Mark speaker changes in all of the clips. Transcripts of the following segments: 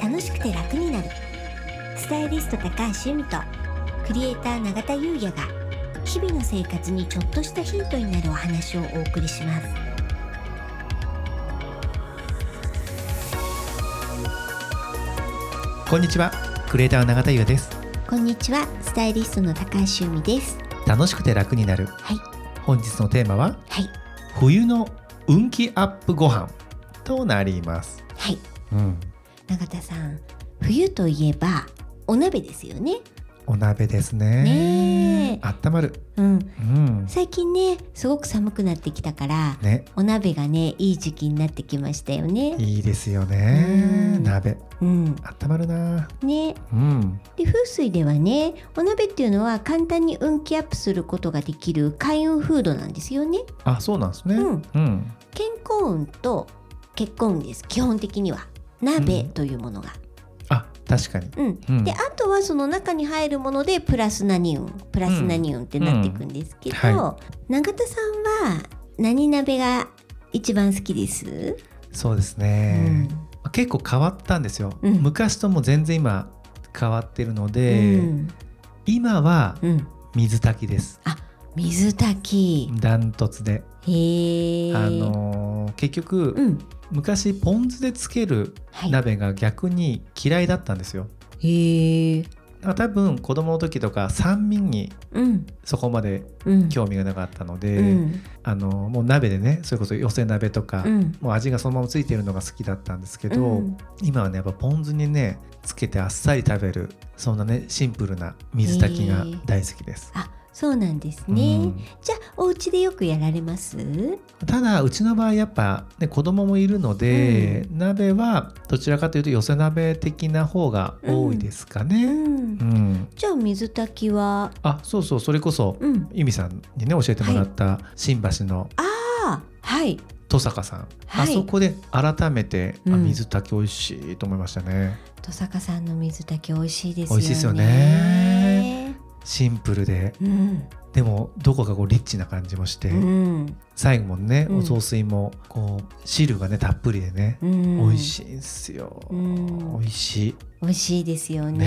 Speaker 1: 楽しくて楽になるスタイリスト高橋由美とクリエイター永田優也が日々の生活にちょっとしたヒントになるお話をお送りします
Speaker 2: こんにちはクリエイター永田優也です
Speaker 1: こんにちはスタイリストの高橋由美です
Speaker 2: 楽しくて楽になる
Speaker 1: はい
Speaker 2: 本日のテーマは
Speaker 1: はい
Speaker 2: 冬の運気アップご飯となります
Speaker 1: はい
Speaker 2: うん
Speaker 1: 永田さん冬といえばお鍋ですよね
Speaker 2: お鍋ですね
Speaker 1: ねえ
Speaker 2: あったまる
Speaker 1: うん
Speaker 2: うん
Speaker 1: 最近ねすごく寒くなってきたから
Speaker 2: ね
Speaker 1: お鍋がねいい時期になってきましたよね
Speaker 2: いいですよね
Speaker 1: うん
Speaker 2: 鍋
Speaker 1: うん
Speaker 2: あったまるな
Speaker 1: ね
Speaker 2: うん
Speaker 1: で風水ではねお鍋っていうのは簡単に運気アップすることができる開運フードなんですよね
Speaker 2: あそうなんですね
Speaker 1: うん
Speaker 2: うん
Speaker 1: 健康運と結婚運です基本的には鍋というものが、
Speaker 2: あ確かに
Speaker 1: うん
Speaker 2: うん
Speaker 1: であとはその中に入るものでプラス何運プラス何運ってなっていくんですけど、
Speaker 2: うんは
Speaker 1: 永田さんは何鍋が一番好きです、
Speaker 2: そうですね結構変わったんですよ
Speaker 1: うん
Speaker 2: 昔とも全然今変わってるの
Speaker 1: う
Speaker 2: で
Speaker 1: ん
Speaker 2: 今は
Speaker 1: うんうん、
Speaker 2: 水炊きです
Speaker 1: 水炊き
Speaker 2: ダントツで
Speaker 1: へえ
Speaker 2: あのー結局、
Speaker 1: うん
Speaker 2: 昔ポン酢でつける
Speaker 1: はい
Speaker 2: 鍋が逆に嫌いだったんですよ。
Speaker 1: へえ
Speaker 2: まあ多分子供の時とか酸味に
Speaker 1: うん
Speaker 2: そこまで
Speaker 1: うん
Speaker 2: 興味がなかったので、
Speaker 1: うん
Speaker 2: あのーもう鍋でねそれこそ寄せ鍋とか、
Speaker 1: うん
Speaker 2: もう味がそのままついてるのが好きだったんですけど、
Speaker 1: うん
Speaker 2: 今はねやっぱポン酢にねつけてあっさり食べるそんなねシンプルな水炊きが大好きです。
Speaker 1: あそうなんです
Speaker 2: う
Speaker 1: ね、
Speaker 2: ん
Speaker 1: じゃあお家でよくやられます
Speaker 2: ただうちの場合やっぱ、ね、子供もいるので、鍋はどちらかというと寄せ鍋的な方が多いですか
Speaker 1: う
Speaker 2: ね。
Speaker 1: ん
Speaker 2: うん
Speaker 1: じゃあ水炊きは
Speaker 2: あそうそうそれこそ、
Speaker 1: うん
Speaker 2: 由美さんにね教えてもらった新橋の
Speaker 1: あはい
Speaker 2: 戸坂さん、
Speaker 1: はい
Speaker 2: あそこで改めて、あ
Speaker 1: うん
Speaker 2: 水炊き美味しいと思いましたね。
Speaker 1: 戸坂さんの水炊き美味しいですよね
Speaker 2: 美味しいですよねシンプルで
Speaker 1: うん、
Speaker 2: でもどこかこうリッチな感じもして、
Speaker 1: うん
Speaker 2: 最後もね、
Speaker 1: うん
Speaker 2: お雑炊もこう汁がねたっぷりでね、
Speaker 1: うん、
Speaker 2: 美味しいんすよ、
Speaker 1: うん
Speaker 2: 美味しい。
Speaker 1: 美味しいですよね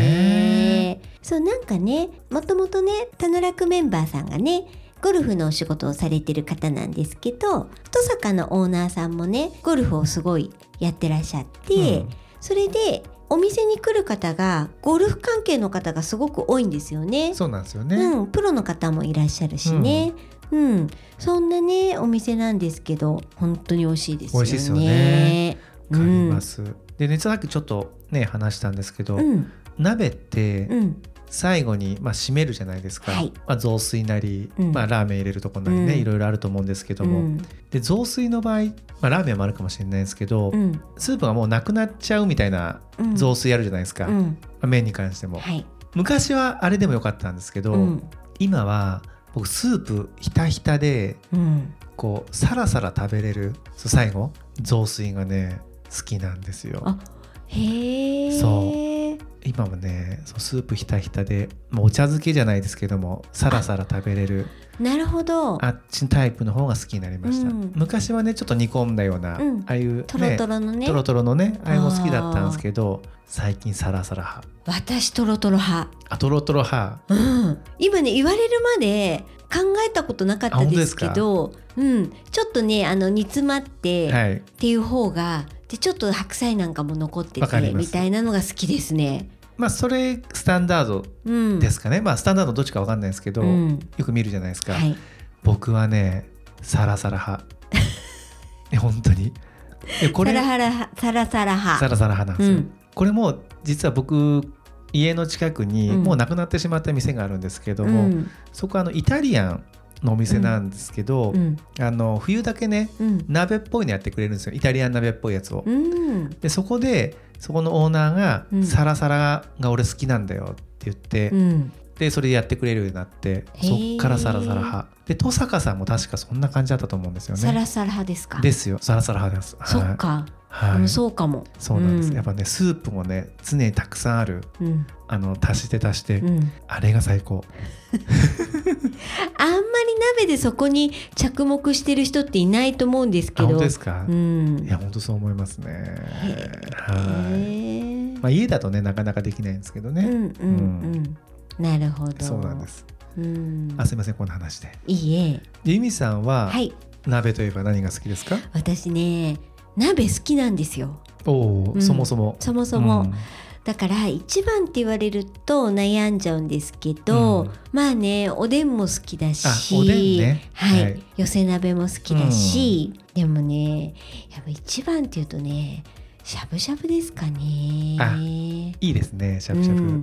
Speaker 2: ね
Speaker 1: そうなんかねもともとね田野楽メンバーさんがねゴルフのお仕事をされてる方なんですけど戸坂のオーナーさんもねゴルフをすごいやってらっしゃって、
Speaker 2: うん
Speaker 1: それでお店に来る方がゴルフ関係の方がすごく多いんですよね。
Speaker 2: そうなんですよね。
Speaker 1: うん、プロの方もいらっしゃるしね、うんそんなねお店なんですけど本当に美味しいですよね。
Speaker 2: 美味しいですよね
Speaker 1: う
Speaker 2: わかり
Speaker 1: ん
Speaker 2: ます。でねさっきちょっとね話したんですけど、
Speaker 1: うん
Speaker 2: 鍋って
Speaker 1: うん
Speaker 2: 最後に、まあ、締めるじゃないですか、
Speaker 1: はい
Speaker 2: まあ、雑炊なり、
Speaker 1: うん
Speaker 2: まあ、ラーメン入れるとこなりね、
Speaker 1: うん
Speaker 2: いろいろあると思うんですけど
Speaker 1: う
Speaker 2: も、
Speaker 1: ん
Speaker 2: で雑炊の場合、まあ、ラーメンもあるかもしれないですけど、
Speaker 1: うん
Speaker 2: スープがもうなくなっちゃうみたいな
Speaker 1: うん
Speaker 2: 雑炊あるじゃないですか、
Speaker 1: う
Speaker 2: ま
Speaker 1: ん、
Speaker 2: あ麺に関しても、
Speaker 1: はい、
Speaker 2: 昔はあれでもよかったんですけど、
Speaker 1: うん
Speaker 2: 今は僕スープひたひたで
Speaker 1: うん、
Speaker 2: こうサラサラ食べれるそう最後雑炊がね好きなんですよ。
Speaker 1: あへえ
Speaker 2: そ今もねそうスープひたひたでもうお茶漬けじゃないですけどもサラサラ食べれる
Speaker 1: なるほど
Speaker 2: あっちのタイプの方が好きになりました、
Speaker 1: うん
Speaker 2: 昔はねちょっと煮込んだような、
Speaker 1: うん
Speaker 2: ああいうね
Speaker 1: トロトロのね
Speaker 2: トロトロのねあれも好きだったんですけど最近サラサラ派
Speaker 1: 私トロトロ派、
Speaker 2: あトロトロ派
Speaker 1: うん、今ね言われるまで考えたことなかったですけどうん、ちょっとねあの煮詰まって、
Speaker 2: はい
Speaker 1: っていう方がでちょっと白菜なんかも残って
Speaker 2: わか
Speaker 1: て
Speaker 2: ります
Speaker 1: みたいなのが好きですね。
Speaker 2: まあそれスタンダード
Speaker 1: うん、
Speaker 2: ですかね、まあスタンダードどっちかわかんないですけど、
Speaker 1: うん
Speaker 2: よく見るじゃないですか、
Speaker 1: はい、
Speaker 2: 僕はねサラサ ラ派え本当にえこ
Speaker 1: サ
Speaker 2: れ
Speaker 1: ラハラサラサラ派
Speaker 2: サラサラ派なんですよ、
Speaker 1: うん
Speaker 2: これも実は僕家の近くに
Speaker 1: うん
Speaker 2: もうなくなってしまった店があるんですけど
Speaker 1: う
Speaker 2: も、
Speaker 1: ん
Speaker 2: そこはあのイタリアンのお店なんですけど、
Speaker 1: うん
Speaker 2: あの冬だけね
Speaker 1: うん
Speaker 2: 鍋っぽいのやってくれるんですよイタリアン鍋っぽいやつを。
Speaker 1: うん
Speaker 2: でそこでそこのオーナーが
Speaker 1: うん
Speaker 2: 「サラサラが俺好きなんだよ」って言って、
Speaker 1: うん
Speaker 2: でそれでやってくれるようになって
Speaker 1: へ
Speaker 2: そ
Speaker 1: ー
Speaker 2: っからサラサラ派で登坂さんも確かそんな感じだったと思うんですよ
Speaker 1: サ
Speaker 2: ね。
Speaker 1: ラサラ派ですか。
Speaker 2: ですよサラサラ派です。
Speaker 1: そっか、
Speaker 2: はい、
Speaker 1: う
Speaker 2: はい
Speaker 1: ん、そうかも。
Speaker 2: そうなんです、
Speaker 1: うん
Speaker 2: やっぱねスープもね常にたくさんある
Speaker 1: うん
Speaker 2: あの足して足して、
Speaker 1: うん、
Speaker 2: あれが最高
Speaker 1: あんまり鍋でそこに着目してる人っていないと思うんですけ
Speaker 2: あ
Speaker 1: ど。
Speaker 2: 本当ですか、
Speaker 1: うん
Speaker 2: いや本当そう思いますね
Speaker 1: へ
Speaker 2: はい
Speaker 1: へー
Speaker 2: まあ、家だとねなかなかできないんですけど
Speaker 1: うんう
Speaker 2: ね、
Speaker 1: んうん。なるほど。
Speaker 2: そうなんで。す
Speaker 1: うん。
Speaker 2: あすいませんこの話で
Speaker 1: いいえ。
Speaker 2: でゆみさんは
Speaker 1: はい。
Speaker 2: 鍋といえば何が好きですか
Speaker 1: 私ね、鍋好きなんですよ。
Speaker 2: おお、
Speaker 1: うん
Speaker 2: そもそも
Speaker 1: そもそも。
Speaker 2: うん
Speaker 1: だから一番って言われると悩んじゃうんですけど、
Speaker 2: うん
Speaker 1: まあねおでんも好きだし
Speaker 2: あおでんね
Speaker 1: はい
Speaker 2: はい
Speaker 1: 寄せ鍋も好きだし、でもねやっぱ一番っていうとねしゃぶしゃぶですか
Speaker 2: あ
Speaker 1: ね。
Speaker 2: いいですねしゃぶしゃぶ、
Speaker 1: う
Speaker 2: うん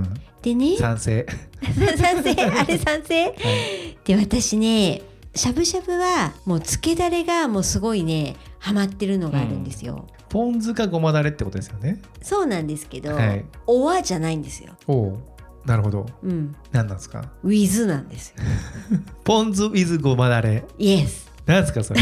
Speaker 2: ん
Speaker 1: でね賛
Speaker 2: 賛成、
Speaker 1: 成あれ賛成
Speaker 2: はい
Speaker 1: で私ねしゃぶしゃぶはもうつけだれがもうすごいねハマってるのがあるんですよ。
Speaker 2: ポン酢かごまだれってことですよね
Speaker 1: そうなんですけど、
Speaker 2: はい
Speaker 1: おわじゃないんですよ。
Speaker 2: おおなるほど
Speaker 1: うん、
Speaker 2: 何なんですか
Speaker 1: ウィズなん ですよ。
Speaker 2: ポン酢 with ごまだれ
Speaker 1: イエス。
Speaker 2: なんですかそれ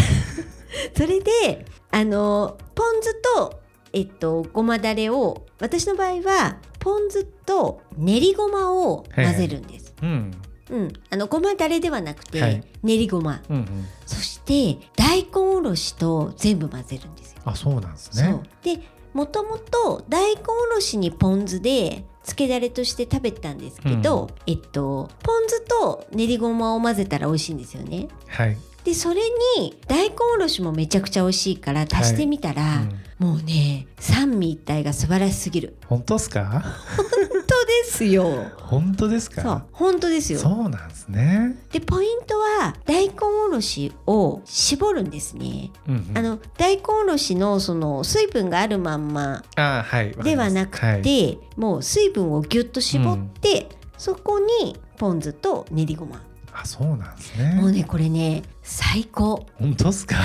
Speaker 1: それであのポン酢とえっとごまだれを私の場合はポン酢と練りごまを混ぜるんです。
Speaker 2: うん
Speaker 1: うん、あのごまだれではなくて、
Speaker 2: はい
Speaker 1: 練りごま
Speaker 2: うんうん
Speaker 1: そして大根おろしと全部混ぜるんですよ。
Speaker 2: あそうなんですね
Speaker 1: そうでもともと大根おろしにポン酢でつけだれとして食べたんですけど、えっと、ポン酢と練りごまを混ぜたら美味しいんですよね。
Speaker 2: はい、
Speaker 1: でそれに大根おろしもめちゃくちゃ美味しいから足してみたら、
Speaker 2: うん、
Speaker 1: もうね三位一体が素晴らしすぎる
Speaker 2: 本当ですか
Speaker 1: 本当ですよ
Speaker 2: 本当です
Speaker 1: そ
Speaker 2: か
Speaker 1: う本当ですよ
Speaker 2: そうなんですね、
Speaker 1: でポイントは大根おろしを絞るんですね
Speaker 2: うんうん
Speaker 1: あの大根おろしのその水分があるまんま
Speaker 2: あはいわか
Speaker 1: で
Speaker 2: りま
Speaker 1: は
Speaker 2: す
Speaker 1: なくて、
Speaker 2: はい
Speaker 1: もう水分をギュッと絞って、そこにポン酢と練りごま
Speaker 2: あそうなんです
Speaker 1: もう
Speaker 2: ね
Speaker 1: ねこれね最高
Speaker 2: 本 当ですか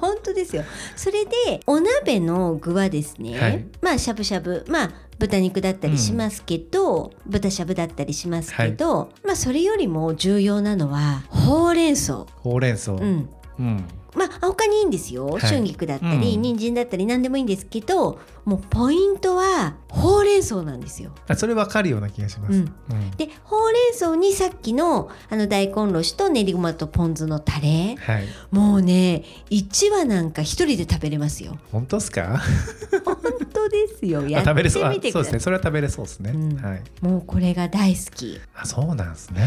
Speaker 1: 本当ですよそれでお鍋の具はですね、
Speaker 2: はい
Speaker 1: まあしゃぶしゃぶまあ豚肉だったりしますけど、豚しゃぶだったりしますけど、まあそれよりも重要なのはほうれん草
Speaker 2: ほうれん草
Speaker 1: う
Speaker 2: うん、
Speaker 1: んまあ他にいいんですよ、
Speaker 2: はい
Speaker 1: 春菊だったり、
Speaker 2: うん
Speaker 1: 人参だったり何でもいいんですけどもうポイントはほうれん草なんですよ。
Speaker 2: あそれわかるような気がします、
Speaker 1: う
Speaker 2: うんん
Speaker 1: でほうれん草にさっきのあの大根おろしと練りごまとポン酢のタレ
Speaker 2: はい
Speaker 1: もうね1羽なんか一人で食べれますよ。
Speaker 2: 本当ですか
Speaker 1: 本当ですよ。や
Speaker 2: あ
Speaker 1: って
Speaker 2: 食べれそうあ
Speaker 1: みて
Speaker 2: そ
Speaker 1: く
Speaker 2: う
Speaker 1: ださ
Speaker 2: です
Speaker 1: い
Speaker 2: ね。それは食べれそうですね、
Speaker 1: うん
Speaker 2: はい
Speaker 1: もうこれが大好き。
Speaker 2: あそうなんですね、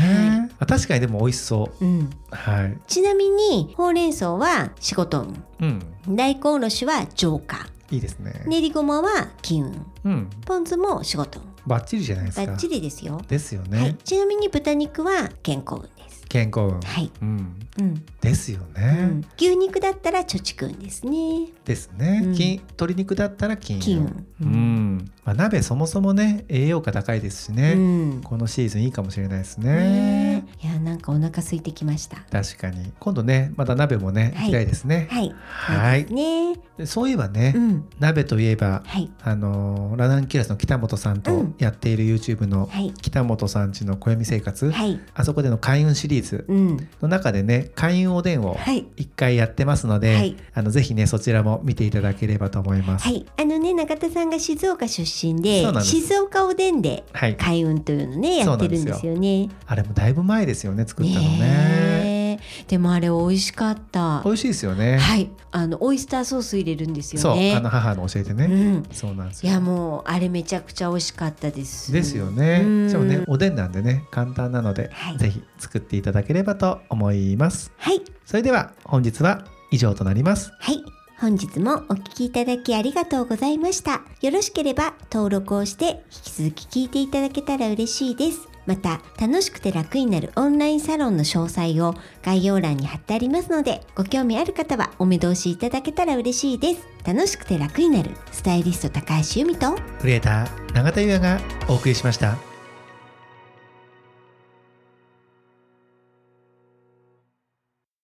Speaker 1: は
Speaker 2: あ確かにでも美味しそ
Speaker 1: うん。
Speaker 2: うはい
Speaker 1: ちなみにほうれん草は仕事運、
Speaker 2: うん
Speaker 1: 大根おろしは浄化、
Speaker 2: いいですね
Speaker 1: 練りごまは金運、
Speaker 2: うん
Speaker 1: ポン酢も仕事運。
Speaker 2: バッチリじゃないです
Speaker 1: バ
Speaker 2: か
Speaker 1: ッチリですよ。
Speaker 2: ですよね、
Speaker 1: はい。ちなみに豚肉は健康運です。
Speaker 2: 健康運、
Speaker 1: はい。
Speaker 2: うん
Speaker 1: うん。
Speaker 2: ですよ
Speaker 1: う
Speaker 2: ね、
Speaker 1: ん、牛肉だったら貯蓄運ですね。
Speaker 2: ですね、
Speaker 1: うん
Speaker 2: 金鶏肉だったら金運
Speaker 1: 金運。
Speaker 2: うん、まあ、鍋そもそもね栄養価高いですし
Speaker 1: う
Speaker 2: ね、
Speaker 1: ん。
Speaker 2: このシーズンいいかもしれないですね。
Speaker 1: ねえいやなんかお腹空いてきました。
Speaker 2: 確かに今度ねまた鍋もね
Speaker 1: はい
Speaker 2: 行きたいですね。
Speaker 1: はい。
Speaker 2: は
Speaker 1: そう
Speaker 2: い
Speaker 1: ですね。
Speaker 2: でそういえばね、
Speaker 1: うん。
Speaker 2: 鍋といえば
Speaker 1: はい。
Speaker 2: あのーラナンキュラスの北本さん
Speaker 1: う
Speaker 2: と
Speaker 1: ん
Speaker 2: やっている YouTube の
Speaker 1: はい。
Speaker 2: 北本さんちの暦生活、
Speaker 1: はい。
Speaker 2: あそこでの開運シリーズ
Speaker 1: うん。
Speaker 2: の中でね開運おでんを
Speaker 1: はい。
Speaker 2: 一回やってますので、
Speaker 1: はい
Speaker 2: あのぜひねそちらも見ていただければと思います。
Speaker 1: はい、あのね中田さんが静岡出身で
Speaker 2: そうなんです
Speaker 1: 静岡おでんで
Speaker 2: はい、
Speaker 1: 開運というのねや
Speaker 2: そう
Speaker 1: っ
Speaker 2: な
Speaker 1: て
Speaker 2: んで
Speaker 1: る
Speaker 2: す
Speaker 1: ん
Speaker 2: よ
Speaker 1: ですよね。
Speaker 2: あれもだいぶ前ですよね作ったのね
Speaker 1: ねえでもあれ美味しかった。
Speaker 2: 美味しいですよね。
Speaker 1: はい、あのオイスターソース入れるんです
Speaker 2: そ
Speaker 1: よ
Speaker 2: う
Speaker 1: ね。
Speaker 2: あの母の教えてね、
Speaker 1: うん、
Speaker 2: そうなんです
Speaker 1: い
Speaker 2: よ。
Speaker 1: やもうあれめちゃくちゃ美味しかったです。
Speaker 2: ですよね。
Speaker 1: うん
Speaker 2: しかもね、おでんなんでね、簡単なので、
Speaker 1: はい
Speaker 2: ぜひ作っていただければと思います。
Speaker 1: はい
Speaker 2: それでは、本日は以上となります。
Speaker 1: はい。本日もお聞きいただきありがとうございました。よろしければ登録をして引き続き聞いていただけたら嬉しいです。また、楽しくて楽になるオンラインサロンの詳細を概要欄に貼ってありますので、ご興味ある方はお目通しいただけたら嬉しいです。楽しくて楽になるスタイリスト高橋由美と
Speaker 2: クリエイター永田裕也がお送りしました。